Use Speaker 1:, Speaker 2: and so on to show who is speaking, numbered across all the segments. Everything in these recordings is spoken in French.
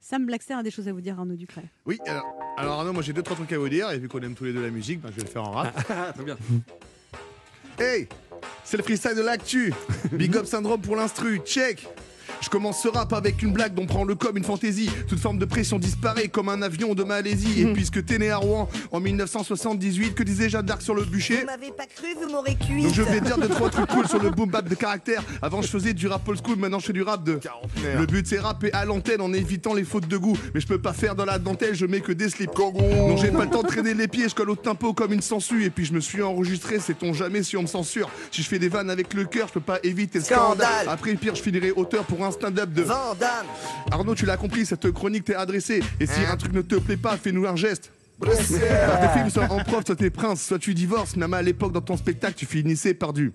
Speaker 1: Sam Blackster a des choses à vous dire, Arnaud Ducret.
Speaker 2: Oui, alors, alors Arnaud, moi j'ai deux, trois trucs à vous dire, et vu qu'on aime tous les deux la musique, ben, je vais le faire en rap.
Speaker 3: Ah, Très bien.
Speaker 2: Hey C'est le freestyle de l'actu Big Up Syndrome pour l'instru, check je commence ce rap avec une blague dont prend le com une fantaisie. Toute forme de pression disparaît comme un avion de Malaisie.
Speaker 3: Hmm.
Speaker 2: Et puisque t'es né à Rouen en 1978, que disait Jeanne d'Arc sur le bûcher
Speaker 4: Vous m'avez pas cru, vous m'aurez cuit.
Speaker 2: Donc je vais dire deux trois trucs cool sur le boom bap de caractère. Avant je faisais du rap old school, maintenant je fais du rap de. Le but c'est rapper à l'antenne en évitant les fautes de goût. Mais je peux pas faire dans la dentelle, je mets que des slips. Donc j'ai pas le temps de traîner les pieds, je colle au tempo comme une sangsue. Et puis je me suis enregistré, sait-on jamais si on me censure. Si je fais des vannes avec le cœur, je peux pas éviter le scandale.
Speaker 4: Scandale.
Speaker 2: Après pire, je finirai auteur pour un stand-up de.
Speaker 4: Vandame,
Speaker 2: Arnaud, tu l'as compris, cette chronique t'est adressée. Et si un truc ne te plaît pas, fais-nous un geste. Alors, tes films, soit en prof, soit t'es prince, soit tu divorces. Même à l'époque, dans ton spectacle, tu finissais par du.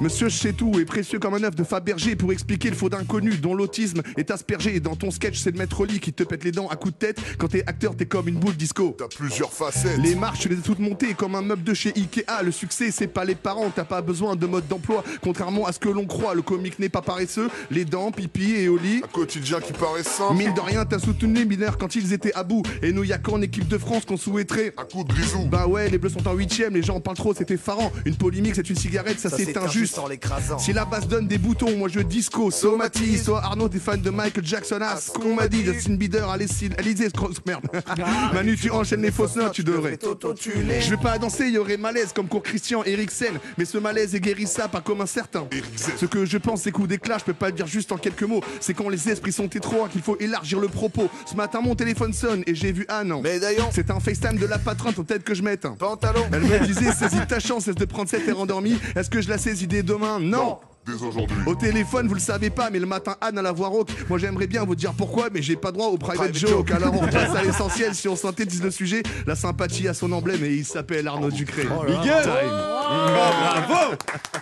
Speaker 2: Monsieur, je sais tout, est précieux comme un œuf de Fabergé pour expliquer le faux d'inconnu dont l'autisme est aspergé. Et dans ton sketch, c'est le maître Oli qui te pète les dents à coups de tête. Quand t'es acteur, t'es comme une boule disco.
Speaker 5: T'as plusieurs facettes.
Speaker 2: Les marches, tu les as toutes montées comme un meuble de chez Ikea. Le succès, c'est pas les parents, t'as pas besoin de mode d'emploi. Contrairement à ce que l'on croit, le comique n'est pas paresseux. Les dents, pipi et Oli.
Speaker 5: Un quotidien qui paraît simple.
Speaker 2: Mille de rien, t'as soutenu les mineurs quand ils étaient à bout. Et nous, y a qu'en équipe de France qu'on souhaiterait.
Speaker 5: Un coup de grisou.
Speaker 2: Bah ouais, les bleus sont en huitième, les gens en parlent trop, c'est effarant. Une polémique, c'est une cigarette, ça,
Speaker 4: ça
Speaker 2: c'est
Speaker 4: s'éteint juste
Speaker 2: injuste.
Speaker 4: en l'écrasant.
Speaker 2: Si la basse donne des boutons, moi je disco, somatise. Toi Arnaud, t'es fan de Michael Jackson, ah,
Speaker 5: Ah,
Speaker 2: ce qu'on m'a dit, Justin Bieber, Alessi- Alizé, Scrooge- merde. Manu, tu enchaînes les fausses notes, tu devrais.
Speaker 4: t'auto-tuner.
Speaker 2: Je vais pas danser, y aurait malaise comme pour Christian Eriksen, mais ce malaise est guérissable par comme un certain.
Speaker 5: Eriksen.
Speaker 2: Ce que je pense, c'est coups d'éclat, je peux pas le dire juste en quelques mots. C'est quand les esprits sont étroits qu'il faut élargir le propos. Ce matin, mon téléphone sonne et j'ai vu Anne.
Speaker 4: Médaillon,
Speaker 2: C'est un FaceTime de la patronne, faut peut-être que je mette. un.
Speaker 4: pantalon,
Speaker 2: Elle me disait, saisis ta chance, cesse de prendre cette terre endormie. Est-ce que je la saisis dès demain Non
Speaker 5: Dès aujourd'hui.
Speaker 2: au téléphone, vous le savez pas, mais le matin, Anne à la voix rauque. Moi, j'aimerais bien vous dire pourquoi, mais j'ai pas droit au private,
Speaker 4: Private
Speaker 2: joke.
Speaker 4: joke.
Speaker 2: Alors, on repasse à l'essentiel si on synthétise le sujet. La sympathie a son emblème et il s'appelle Arnaud Ducré. Big up. Time.